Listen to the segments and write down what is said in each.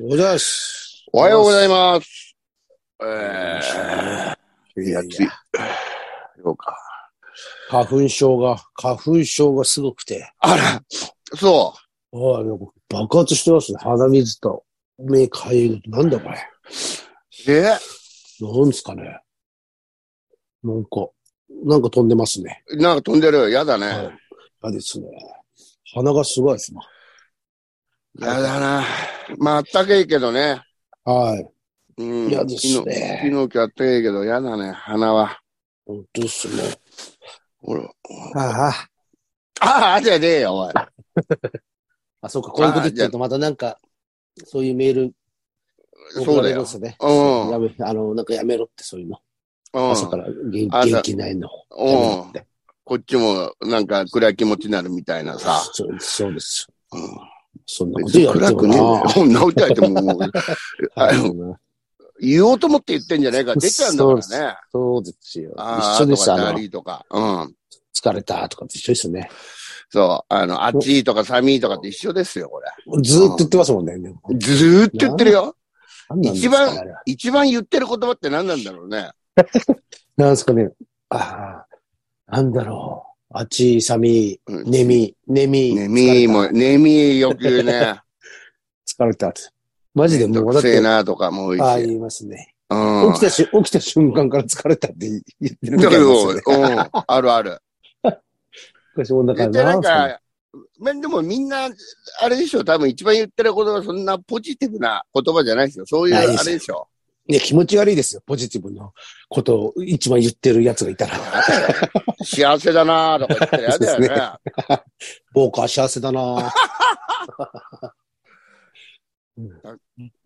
ございます。おはようございます。えいー、やい暑いや。そうか。花粉症が、花粉症がすごくて、あら、そおい、なんか爆発してますね。鼻水と目かゆいの。なんだこれ。う。えなんですかね。なんか、なんか飛んでますね。なんか飛んでる。やだね。はい。あですね。鼻がすごいですね。やだな。まあ、あったけいけどね。はい。うん。嫌ですね昨日、昨日今日あったけいけど、やだね、鼻は。本当ですね。ほら。ああ。ああ、じゃねえよ、おい。あ、そうか。こういうこと言ってるとまたなんか、そういうメールそうだ送られまよ。すね。うんやめ、あの、なんかやめろってそういうの。うん。朝から元朝元気ないの。やめろうっん。て。こっちも、なんか暗い気持ちになるみたいなさ。そうです。そうです。うん。そんなこと別に言われて暗もくねえんだよな。そんなこと言われてももう、あのの言おうと思って言ってんじ ゃねえから、出ちゃうんだからね。そうですよ。あー一緒です。とかあダの、リーとか。うん。疲れたとかと一緒ですよね。そう。あの、あっちいとか寒いとかって一緒ですよ、これ。ずーっと言ってますもんね。ずーっと言ってるよ。何なんですかね一一番言ってる言葉って何なんだろうね。なんですかね。ああ、なんだろう。あっち、さみ、うんねみ、ねみ。ねみーも、ねみーよく言 うね。疲れた。疲れたって。マジでめもんう、どだくっせえて、あなとかも多いあ、し。言いますね。うん。起きたし、起きた瞬間から疲れたって言ってるみただいなんでけすど、ようね。ん。あるある。昔もだか絶ら対ななんんですか、までもみんな、あれでしょ、多分一番言ってる言葉はそんなポジティブな言葉じゃないですよ。そういう、ないであすれでしょ。ね、気持ち悪いですよ。ポジティブのことを一番言ってる奴がいたら。幸せだなとか言ったらやだよ そうですね。ボーカー幸せだ な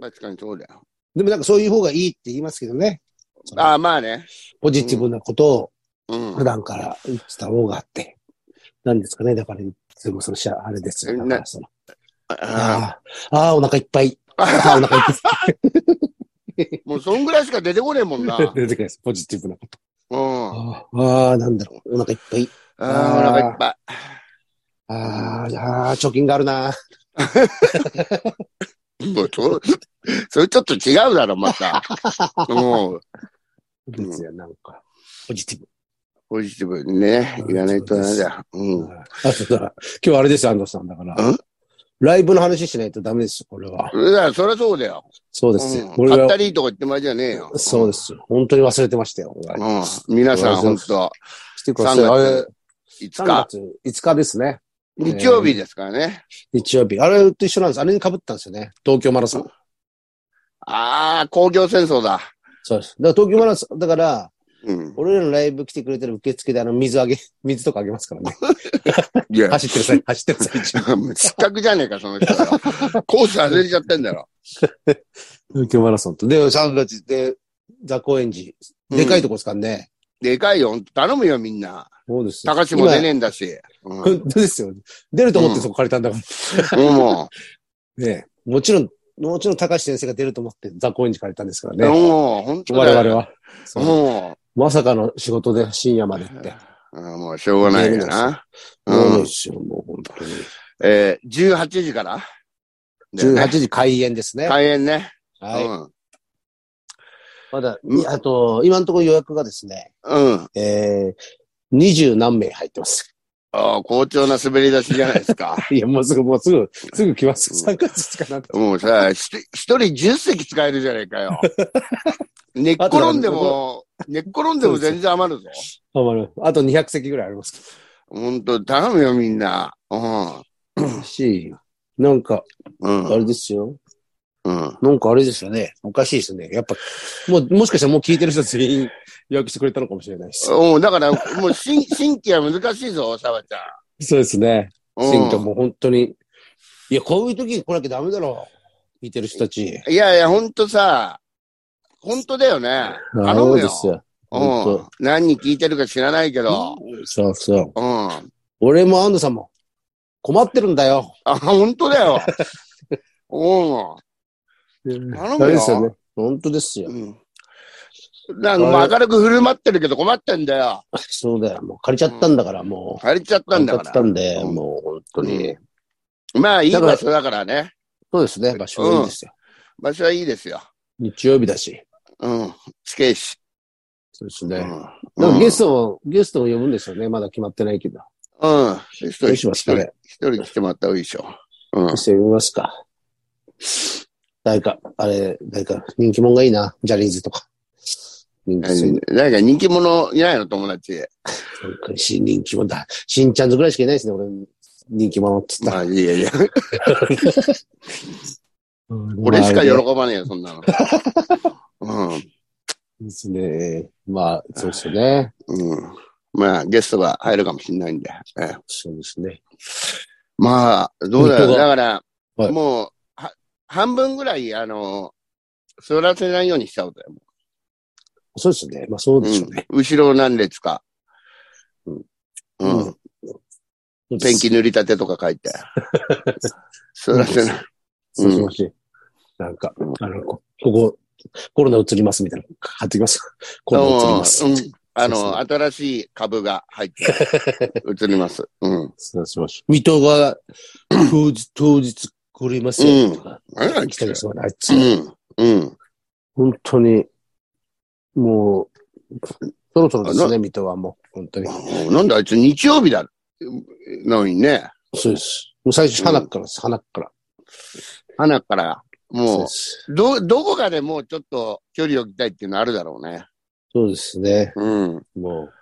確かにそうだよ。でもなんかそういう方がいいって言いますけどね。ああ、まあね。ポジティブなことをうん普。段から言ってた方があって。なんですかね。だから、いつもそのしゃ、あれですよ。だからそのあああ、ああ、お腹いっぱい。 ああ、お腹いっあもうそんぐらいしか出てこねえもんな。ぱうい。出 てくるです。ポジティブなこと。ん。あああ、なんだろう。お腹いっぱい。あ、お腹いっぱい。ああ、ああ、貯金があるな。もうそ それちょっと違うだろ、ま た。もう、ですよ、なんか。ポジティブ。ポジティブにね、言わないとダメだ。うん。あとだ、今日あれですよ、安藤さん。だからん。ライブの話しないとダメですよ、これは。それだ、そりゃそうだよ。そうですよ。う俺ん。買っはた、りとか言ってまじゃねえよ。そうですよ。本当に忘れてましたよ。俺うん。皆さん、そほうんと、してください。あれ3、月3 5日、月5日ですね。日曜日ですからね。日曜日。あれと一緒なんです。あれに被ったんですよね。東京マラソン。ああ、工業戦争だ。そうです。だから東京マラソン、だから、うん。俺らのライブ来てくれてる受付であの水あげ、 水とかあげますから ね。いや、走ってる際、走ってる最中。失格じゃねえか、その人は。 コース外れちゃってんだろ。東京マラソンと。で、3月で、ザ高円寺。でかいとこですからね。でかいよ、ほんと頼むよ、みんな。そうですよ。高橋も出ねえんだし。うん。本当ですよ。出ると思ってそこ借りたんだから。もねえもちろん、もちろん高橋先生が出ると思ってザ・コインジ借りたんですかう、 らね。もう、本当我だ々よ。 は。そうもまさかの仕事で深夜までって。う、うんもうしょうがないよな。そううでん。すよ、もう本当に。えー、18時からだよね18時開演ですね。開演ね。はうい。んまだう、んあと、今のところ予約がですね、うん。えー、二十何名入ってます。 ああ、好調な滑り出しじゃないです か。いや、もうすぐ、もうすぐ、すぐ来ます。う3月2日なんて。もうさ、ひと一人10席使えるじゃないか よ。寝っ転んでも、寝っ転んでも全然余るぞ。あまああと200席ぐらいあります。ほんと、頼むよ、みんな。うん。し、なんか、うあん。れですよ。うん。なんかあれですよね。おかしいですね。やっぱ、もう、もしかしたらもう聞いてる人全員予約してくれたのかもしれないです。おうだから、もう、新、 新規は難しいぞ、サバちゃん。そうですね。うん新居も本当に。いや、こういう時に来なきゃダメだろう。聞いてる人たち。いやいや、ほんとさ、ほんとだよね。あ頼そうむでよ。すよ。うほん。何人聞いてるか知らないけど。そうそう。うん。俺も安藤さんも困ってるんだよ。あ、ほんとだ よ。う頼むよあれですよね。本当ですよ。ん。うん。なんかもう明るく振る舞ってるけど困ってんだよ。そうだよ。もう借りちゃったんだから、もう。借りちゃったんだ借かりちゃったら。んで、うんもう本当に。まあ、いいだから場所だからね。そうですね。場所がいいですよ。場所はいいですよ。日曜日だし。うん。近いし。そうですね。うなんん。かゲストも、ゲストを呼ぶんですよね。まだ決まってないけど。うん。うん。ゲストどう一しますか人ね。一人来てもらった方がいいでしょ。うん。してみますか。誰か、あれ、誰か、人気者がいいな。ジャニーズとか。人気そうなんか人気者いないの友達。新人気者だ。新ちゃんズぐらいしかいないですね、俺。人気者って言っまたら。あ、いやいや。うん俺しか喜まあばねえよ、そん なの。うん。ですね。まあ、そうですよね。うん。まあ、ゲストが入るかもしれないんで。ええそうですね。まあ、どうだろ本当う。だだから、はいもう、は、半分ぐらい、あの、座らせないようにしちゃおうぜ。そうですね。まあ、そうでしょうね。うん、後ろ何列か。うんうん。うんペンキ塗りたてとか 書いて。座らせない。そうしましょうなんか、あの、こここ、コロナ移りますみたいなの貼ってきます。コロナ移ります。うん。あの、そう新しい株が入 って、移ります。うん。そうしましょう。水戸が、当 日、当日来れますよとか。うん来たりそうなあいつう、ん。うん。本当に、もう、そろそろですあね、水戸はもう、本当に。なんであいつ日曜日だ。のにね。そうです。もう最初、うん花からです、花から。花から、そうもです。う、ど、どこかでもうちょっと距離を置きたいっていうのあるだろうね。そうですね。うん。もう、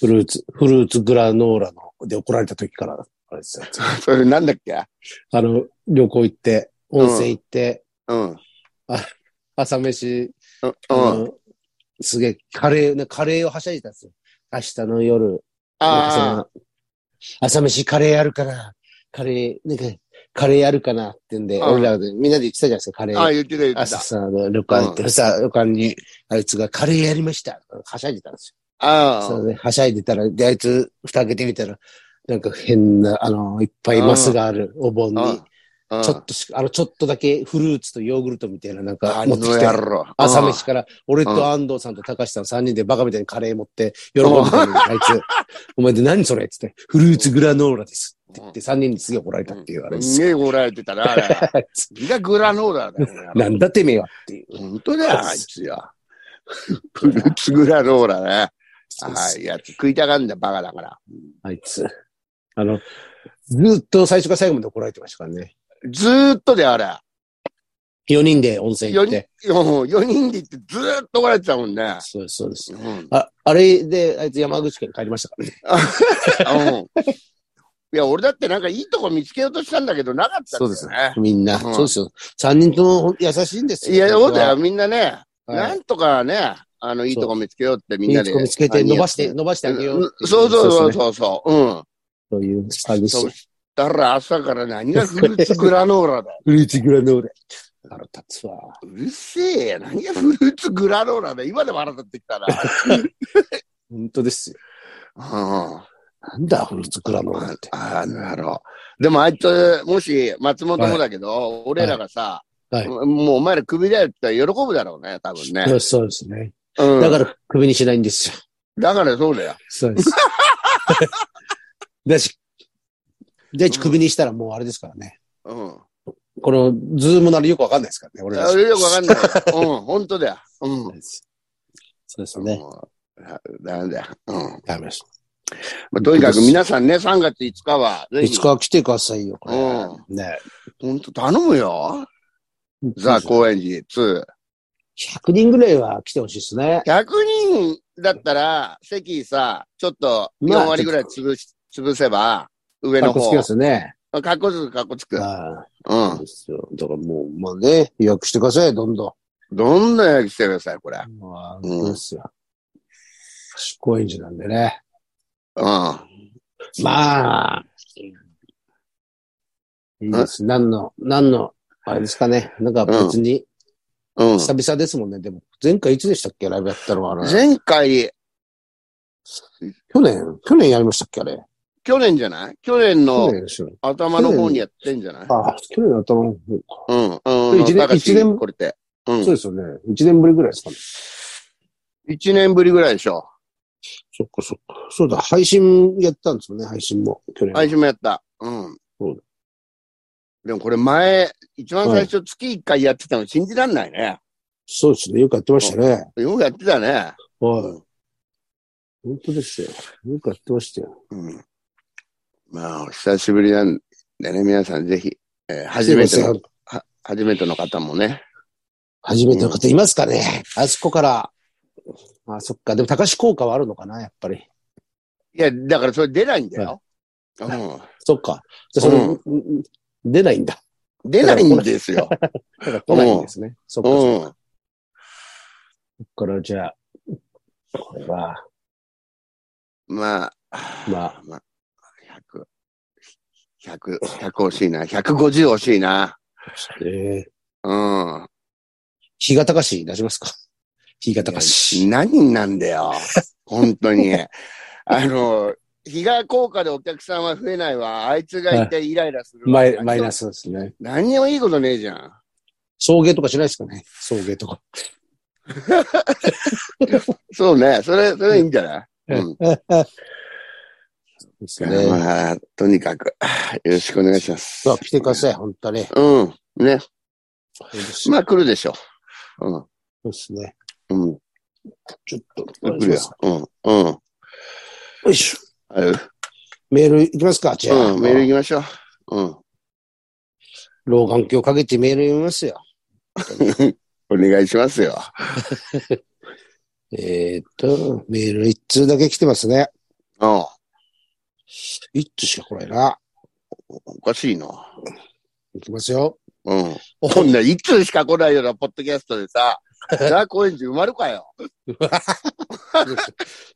フルーツ、フルーツグラノーラの、で怒られた時から、あれですよ。それなんだっけあの、旅行行って、温泉行って、うん。うん。朝飯、あうん。のすげえ、カレー、ね、カレーをはしゃいでたんですよ。明日の夜、なんあかその朝飯カレーあるかなカレー、なんか、カレーあるかなって言うんで、うん俺らでみんなで言ってたじゃないですか、カレあ、ああ、ー。言ってた言って朝た。さ、あの旅館行ってさ、旅館に、あいつがカレーやりました。はしゃいでたんですよ。あそあう。ね、はしゃいでたら、で、あいつ、蓋開けてみたら、なんか変な、あの、いっぱいマスがある、お盆に。うんちょっとしか、あの、ちょっとだけフルーツとヨーグルトみたいな、なんかあ持のってきて野、郎。朝飯から、俺と安藤さんと高橋さん3人でバカみたいにカレー持って、喜んでたのに、あい つ、お前で何それっつって、フルーツグラノーラですって言って、3人にすげえ怒られたっていうあれうんですす。げえ怒られてたな、あ れ。あいついや、グラノーラだよ。なねんだてめえはっていう。本当だよ、あいつや。フルーツグラノーラね。はい、いや、食いたがんだ、バカだから。あいつ。あの、ずーっと最初から最後まで怒られてましたからね。ずーっとであれ。 4人で温泉行4っ人て。、うん四人で行ってずーっと怒られてたもんね。そうです、そうです。うん。うん。あ、あれで、あいつ山口県帰りましたからね。いや、俺だってなんかいいとこ見つけようとしたんだけど、なかったんだよね。そうみんな。うそんうですよ。3人ともほん優しいんですよ。いや、そうだよ、よ。みんなね。はないんとかね、あの、いいとこ見つけようってみんいないで。とこ見つけて伸ばして、伸ばしてあげようってい。そうそうそうですね。そうそう。うん。そういう感じですよそ。したら朝から何がフルーツグラノーラだよ。フルーツグラノーラ。腹立つわ。うるせえや。何がフルーツグラノーラだよ。今でも腹立ってきたな。本当ですよ。うん。なんだ、フルーツグラノーラって。ああ、なるほど。でもあいつ、もし松本もだけど、俺らがさ、はいもうもうお前らクビだよって言ったら喜ぶだろうね、多分ね。そうそうですね。うん、だだかか、らら、クビにしないんですよ。そうだよ。そうです。だし、第一クビにしたらもうあれですからね。うん。この、ズームならよくわかんないですからね、俺ら。俺よくわかんない。うん、本当だよ。うん。そうですね。もうだダメだよ。うん。ダメです。まあ、とにかく皆さんね、3月5日は、ぜいひつ、か来てくださいよ、これ。うね。本当頼むよ。ザ・高円寺2。 100人ぐらいは来てほしいですね。 100人だったら、席さ、ちょっとまあ4割ぐらい潰し、潰せば、上かのっこつ方きま。すね。かっこつく、かっこつく。あう。あ、そうんですよ。だからもう、まあね、予約してください、どんどん。どんなやつしてください、これ。まあ、うんそうですよ。賢いんじゃなんでね。うん。まあ、いいです。何の、何の、あれですかね。なんか別に、うん。久々ですもんね。でも、前回いつでしたっけライブやったのは、あれ。前回、去年、去年やりましたっけあれ。去年じゃない去年去の年でしょ。頭の方にやってんじゃないああ、去年の頭の方か。うん。うん。一年なんか一年これって。う。そうんですよね。一年ぶりぐらいですかね。一年ぶりぐらいでしょ。そっかそっか。そうだ、配信やったんですよね、配信も。去年。配信もやった。うん。そうでもこれ前、一番最初月1回やってたの信じらんないね。そうですね。よくやってましたね。よくやってたね。はい。本当ですよ。よくやってましたよ。うん。まあ、お久しぶりなんでね、皆さんぜひ、えー初めてすいまのせん、初めての方もね。初めての方いますかね、あそこから。あ、そっか。でも、高橋効果はあるのかなやっぱり。いや、だからそれ出ないんだよ。そっか。じゃあ、その、うん出ないんだ。うん。出ないんですよ。だから来ないんですね。そっか。うそっかん。そっから、じゃあ、これは、まあ、まあ、まあ、100、100、100惜しいな。150惜しいな。えー、うん。日が高し出しますか日が高し。何なん だよ。本当に。あの、日が効果でお客さんは増えないわ。あいつがいてイライラするわマイマイナ。スですね。何にもいいことねえじゃん。送迎とかしないですかね送迎とか。そうね。それ、それいいんじゃないうん。ですね。まあ、とにかく、よろしくお願いします。まあ、来てください、本当に。うん。ね。そうですまあ、来るでしょう。そうですね。うん。うん。ちょっと、お願い来しるまよす。うん。うん。よいしょ。あるメールいきますかじゃあ。うん。メール行きましょう。うん。老眼鏡をかけてメール読みますよ。お願いしますよ。えー、っと、メール一通だけ来てますね。うん。一通しか来ないな。おかしいな。いきますよ。うん。おこんな、いつしか来ないようなポッドキャストで さ、ザ・高円寺埋まるかよ。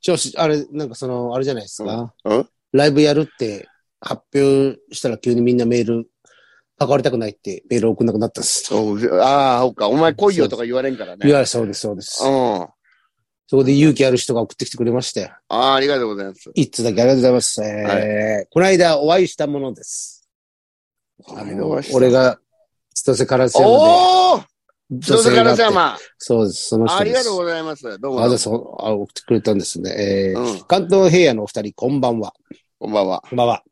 ちょしあれ、なんかその、あれじゃないですか。うんうんライブやるって発表したら急にみんなメール、関わりたくないってメール送んなくなったんです。そうああ、そうか。お前来いよとか言われんからいね。や、そうです、そうです。うん。あそこで勇気ある人が送ってきてくれまして。あ、ありがとうございます。一つだけありがとうございます。えーこの間お会いしたものです。あの俺が。が、千歳からせまおおで。千歳か女性がらあって様。そうです、その人です。ありがとううございます。どうも。わざわざそうあ送ってくれたんですね。えーうん。関東平野のお二人、こんばんは。こんばんは。こんばんは。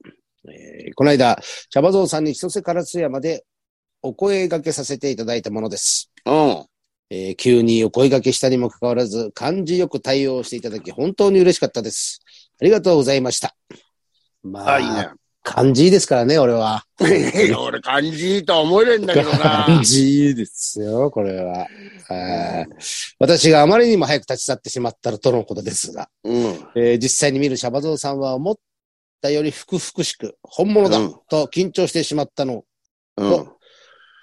えーこの間、茶馬蔵さんに千歳から津山でお声掛けさせていただいたものです。うん。えー急にお声掛けしたにもかかわらず、感じよく対応していただき、本当に嬉しかったです。ありがとうございました。まあ、あ、いいね。感じいいですからね、俺は。いや 俺、感じいいとは思えれんだけど な。感じいいですよ、これは。あー私があまりにも早く立ち去ってしまったらとのことですが、 うん。えー実際に見るシャバゾウさんは思ったよりふくふくしく、本物だうんと緊張してしまったの。うん。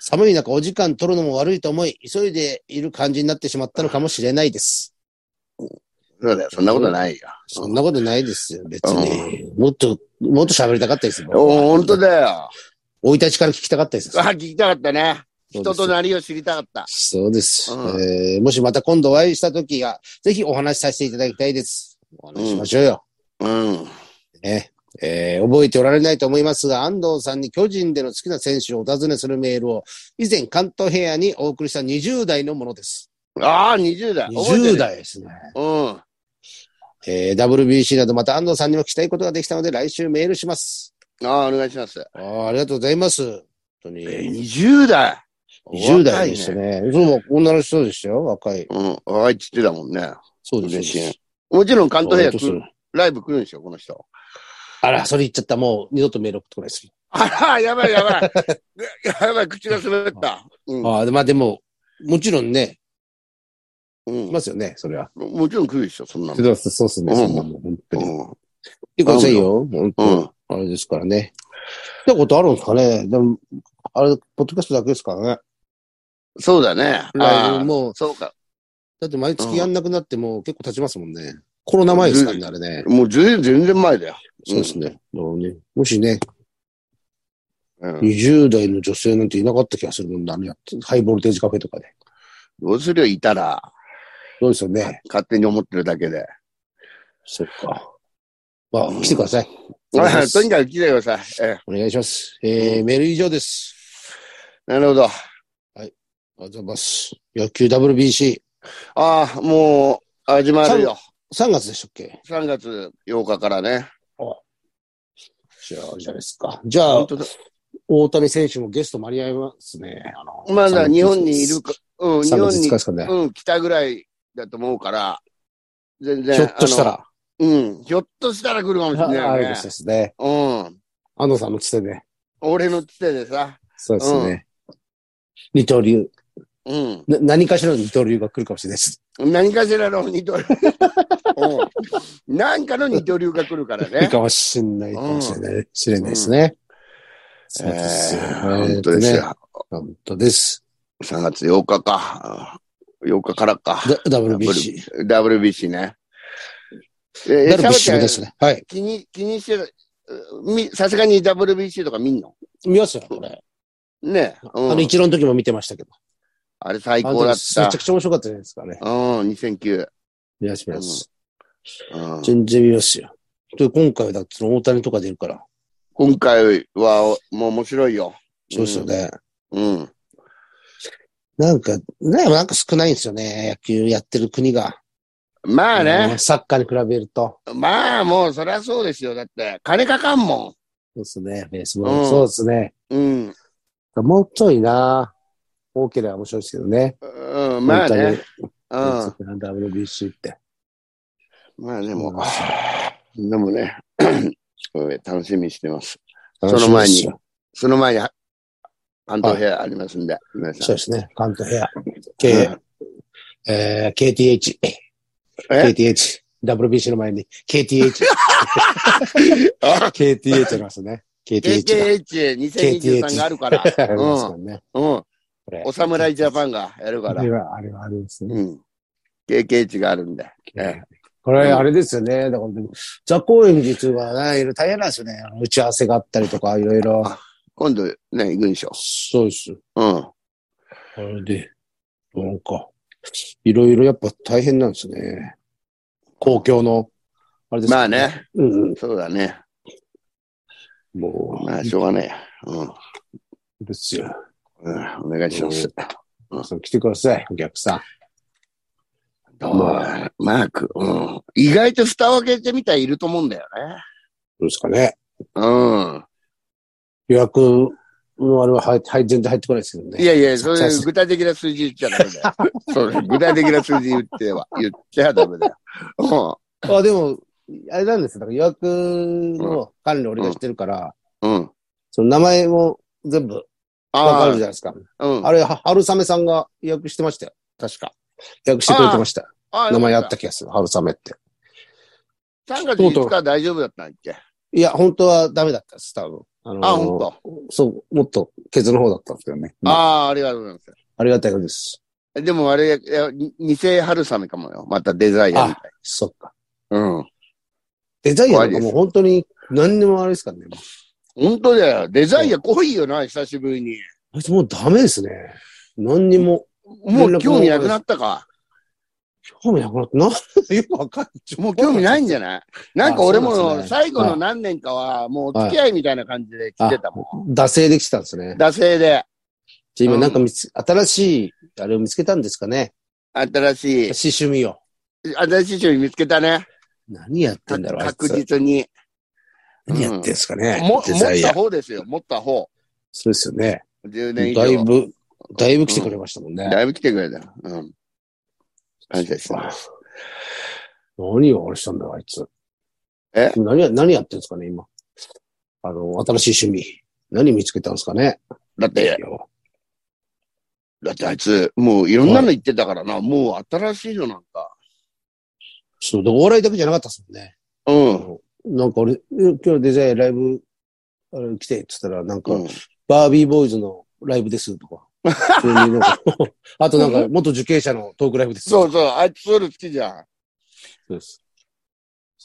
寒い中お時間取るのも悪いと思い、急いでいる感じになってしまったのかもしれないです。そうだよ。そんなことないよ。そんなことないですよ、別に。もっと、もっと喋りたかったですよ。おお、本当だ。だよ。生い立ちから聞きたかったですよ。あ、聞きたかったね。そう人ですとなりを知りたかった。そうです。うんえーもしまた今度お会いした時は、ぜひお話しさせていただきたいです。お話ししましょうよ。うん。ねえー覚えておられないと思いますが、安藤さんに巨人での好きな選手をお尋ねするメールを、以前関東平野にお送りした20代のものです。ああ、20代。覚えてる20。代ですね。うん。えー WBC などまた安藤さんにも聞きたいことができたので、来週メールします。ああ、お願いします。あーありがとうございます。本当えに。ー、20代。 20代でしたね。ね。そう、女の人でしたよ、若い。うん。若いって言ってたもんね。そうです。嬉しそうでいす。。もちろん関東あ平本当そう野ライブ来るんでしょ、この人。あら、それ言っちゃった。もう二度とメール送ってこないです。あら、やばいやば い。ややばい、口が滑った。うん。ああ、まあでも、もちろんね、うんいますよね、それは。ももちろん来るでしょ、そんなの。そうそうですねね、そそんんななももん、本当うに。ん。てくださいよ、本うん当。あれですからね。見たことあるんですかねでも、あれ、ポッドキャストだけですからね。そうだね。ライあブあもう、そうか。だって毎月やんなくなってもう結構経ちますもんね。コロナ前ですからね、あれね。もう全全然前だよ。そうですね。だからねもしね、うん。 20代の女性なんていなかった気がするもんだね。ハイボルテージカフェとかで。どうするよ、いたら。そうですよね。勝手に思ってるだけで。そっか。まあ、来てください。お願いしあま あとにす。かく来てください。えお願いします。えー、メール以上です。えなるほど。ありがとうございます。野球 WBC。ああ、もう、始まるよ。 3月でしたっけ3月8日からね。じゃあ、じゃないですか。じゃあ本、当だ。大谷選手もゲスト間に合いますね。あのまだ日本にいるか、うん、日3本月5日にで、すかね。うん、来たぐらいだと思うから、全然。ひょっとしたあら、の。うん、ひょっとしたら来るかもしれないああよれねで。すね。うん。安藤さんのつてで。俺のつてでさ、そうですね。二刀流。うん。な何かしらの二刀流が来るかもしれないです。何かしらの二刀流。 うん。何かの二刀流が来るからいいね。かもしれないかもしれない。知れないですね。そうですよえー本当です。ねよ。本当です。 3月8日か。8日からか。ダ WBC。 WBC ね。え、え WBC シャバでちすゃんね。はい。気に、気にしてる。うみさすがに WBC とか見んの見ますよ、これ。ねえ、うんあの、一郎の時も見てましたけど。あれ最あ高のだっ時めたちゃ。くちゃ面白かったじゃないですかね。うん、2009。見ます、見ます。うん、全然見ますよ。で、今回はだってその大谷とか出るから。今回は、もう面白いよ。そうですよね。うん。なんか、ね、なんか少ないんですよね。野球やってる国が。まあね、サッカーに比べると。まあもう、そりゃそうですよ。だって、金かかんもそうですね。ベースボール。うんそうですね。ん。うん。もうちょいな多ければ面白いですけどね。うん、まあね。う本ん。当に。WBC って。まあでうもん、でもね、 楽しみにしてます。その楽前にしみですよその前に、関東部屋ありますんで、皆そさ。うんですね。関東ヘア。K、えー、KTH。え KTH。WBC の前に KTH。あ KTH ありますね。KTH が。 KKH2023 があるか ら、ありますからね。うん。これお侍ジャパンがやるかあられ、は、あれはあれですね。うん。KKH があるんで。えこれ、あれですよね。だから、ザ・公演実はね、いろいろ大変なんですよね。あの打ち合わせがあったりとか、いろいろ。今度ね、行くんでしょ。そうです。うん。あれで、なんか、いろいろやっぱ大変なんですね。公共の、あれですまあ。ね、うんうそうだね。ん。もまあ、しょうがない。うん。う、ですよ。うん、お願いします。そう来てください、お客さん。どうも、マーク。うん。意外と蓋を開けてみたらいると思うんだよね。どうですかね。うん。予約のあれは入って入全然入ってこないですけどいね。やいや、そういう具体的な数字言っちゃダメだよ。 そうね具体的な数字言っては、言っちゃダメだよ。あ、でも、あれなんですよ。だから予約の管理俺がしてるから、うん。うん。その名前も全部わかるじゃないですか。あー、うん。あれ、は春雨さんが予約してましたよ。確か。予約してくれてました。あ名前あった気がする、春雨って。 3月5日は大丈夫だったんだっけいや、本当はダメだったです、多分。あのーあ、ほんと。そう、もっと、ケツの方だったんですけどね。あああ、ありがとうございます。ありがたいことです。でもあれ、いやに偽春雨かもよ。またデザインみたい。そっか。うん。デザイア怖いとかでもすう本当に何にもあれですからね。本当だよ。デザイア来いよな、久しぶりに。あいつもうダメですね。何にも、も連絡うも興味なくなったか。興味なくなって、なん よくわかんない。もう興味ないんじゃないなんかあ俺そうなんでもすね最後の何年かは、もうお付き合いみたいな感じで来てたもん。惰性できてたんですね。惰性で、じゃあ今うんなんか見つ、新しい、あれを見つけたんですかね。新しい、新趣味を。新しい商品見つけたね。何やってかんだろう、あい確つ。実に。何やってんですかね。も、デ持っザイアた。方ですよ。持った方。そうですよね。 10年以上。だいぶ、だいぶ来てくれましたもんね。だいぶ来てくれた。うん。感謝してます。何をあれしたんだよ、あいつ。え何や、何やってんですかね、今。あの、新しい趣味。何見つけたんですかね。だっいやて、だってあいつ、もういろんなの言ってたからな、もう新しいのなんか。そう、でお笑いだけじゃなかったですもんね。うん。なんか俺、え今日デザインライブ、あれ来てって言ったら、なんか、うん、バービーボーイズのライブですと か。普通になんかあとなんか、元受刑者のトークライブです。そうそう、あいつそういうの好きじゃん。そうです。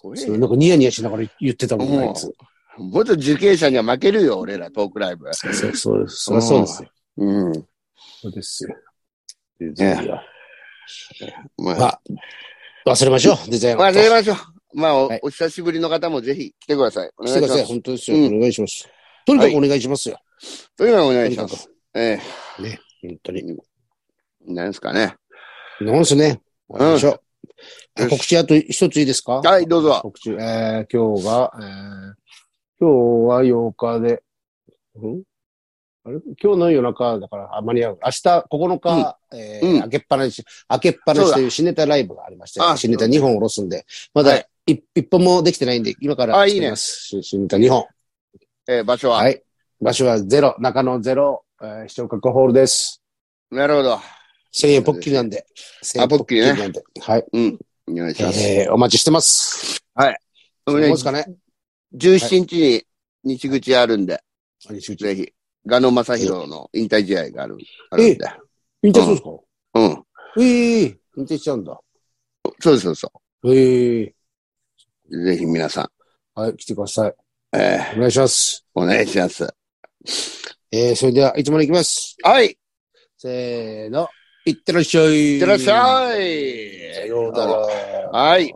怖そえうよなんかニヤニヤしながら言ってたもんうね、んあいつ。元受刑者には負けるよ、俺ら、トークライブ。そうそう、そうです。そりゃそうですよ。うん。そうですよ。デザイアザイア。まあ、忘れましょう、デザイン。まあ、やりましょう。まあ、お,、はい久しぶりの方もぜひ来てください。お来願ていくしださい。ます。本当ですよ。うんお願いします。とにかくお願いしますよ。というのお願といにしかまく。す。え本当に。えなんですかね。なんですね。お願いしましょう。うん告知あと一ついいですかはい、どうぞ。告知。えー、今日が、えー、今日は8日で、んあれ今日の夜中だから、あ、間に合う。明日9日、えーうん開けっぱなし、開けっぱなしという新ネタライブがありまして、あ新ネタ2本下ろすんで、まだは1、一本もできてないんで、今からあいいね作ります。新新ネタ2本。えー場所は。はい。場所はゼロ、中野ゼロ、えー、視聴覚ホールです。なるほど。 1000円ポッキリなんで。1000円ポッキリねなんで。はい。お願いします。えー、お待ちしてます。そどうれねですかね。 17日に西口あるんで、ぜひ、ガノ正宏の引退試合があるあるんで。引退するんですかうん。ええー、引退しちゃうんだ。そうですそうそええう。ぜひ皆さー、はい、来てください。ん、えーお願いします。お願いします。えー、それでは、いつものいきます。はい。せーの。いってらっしゃい。いってらっしゃい。さようなら。はい。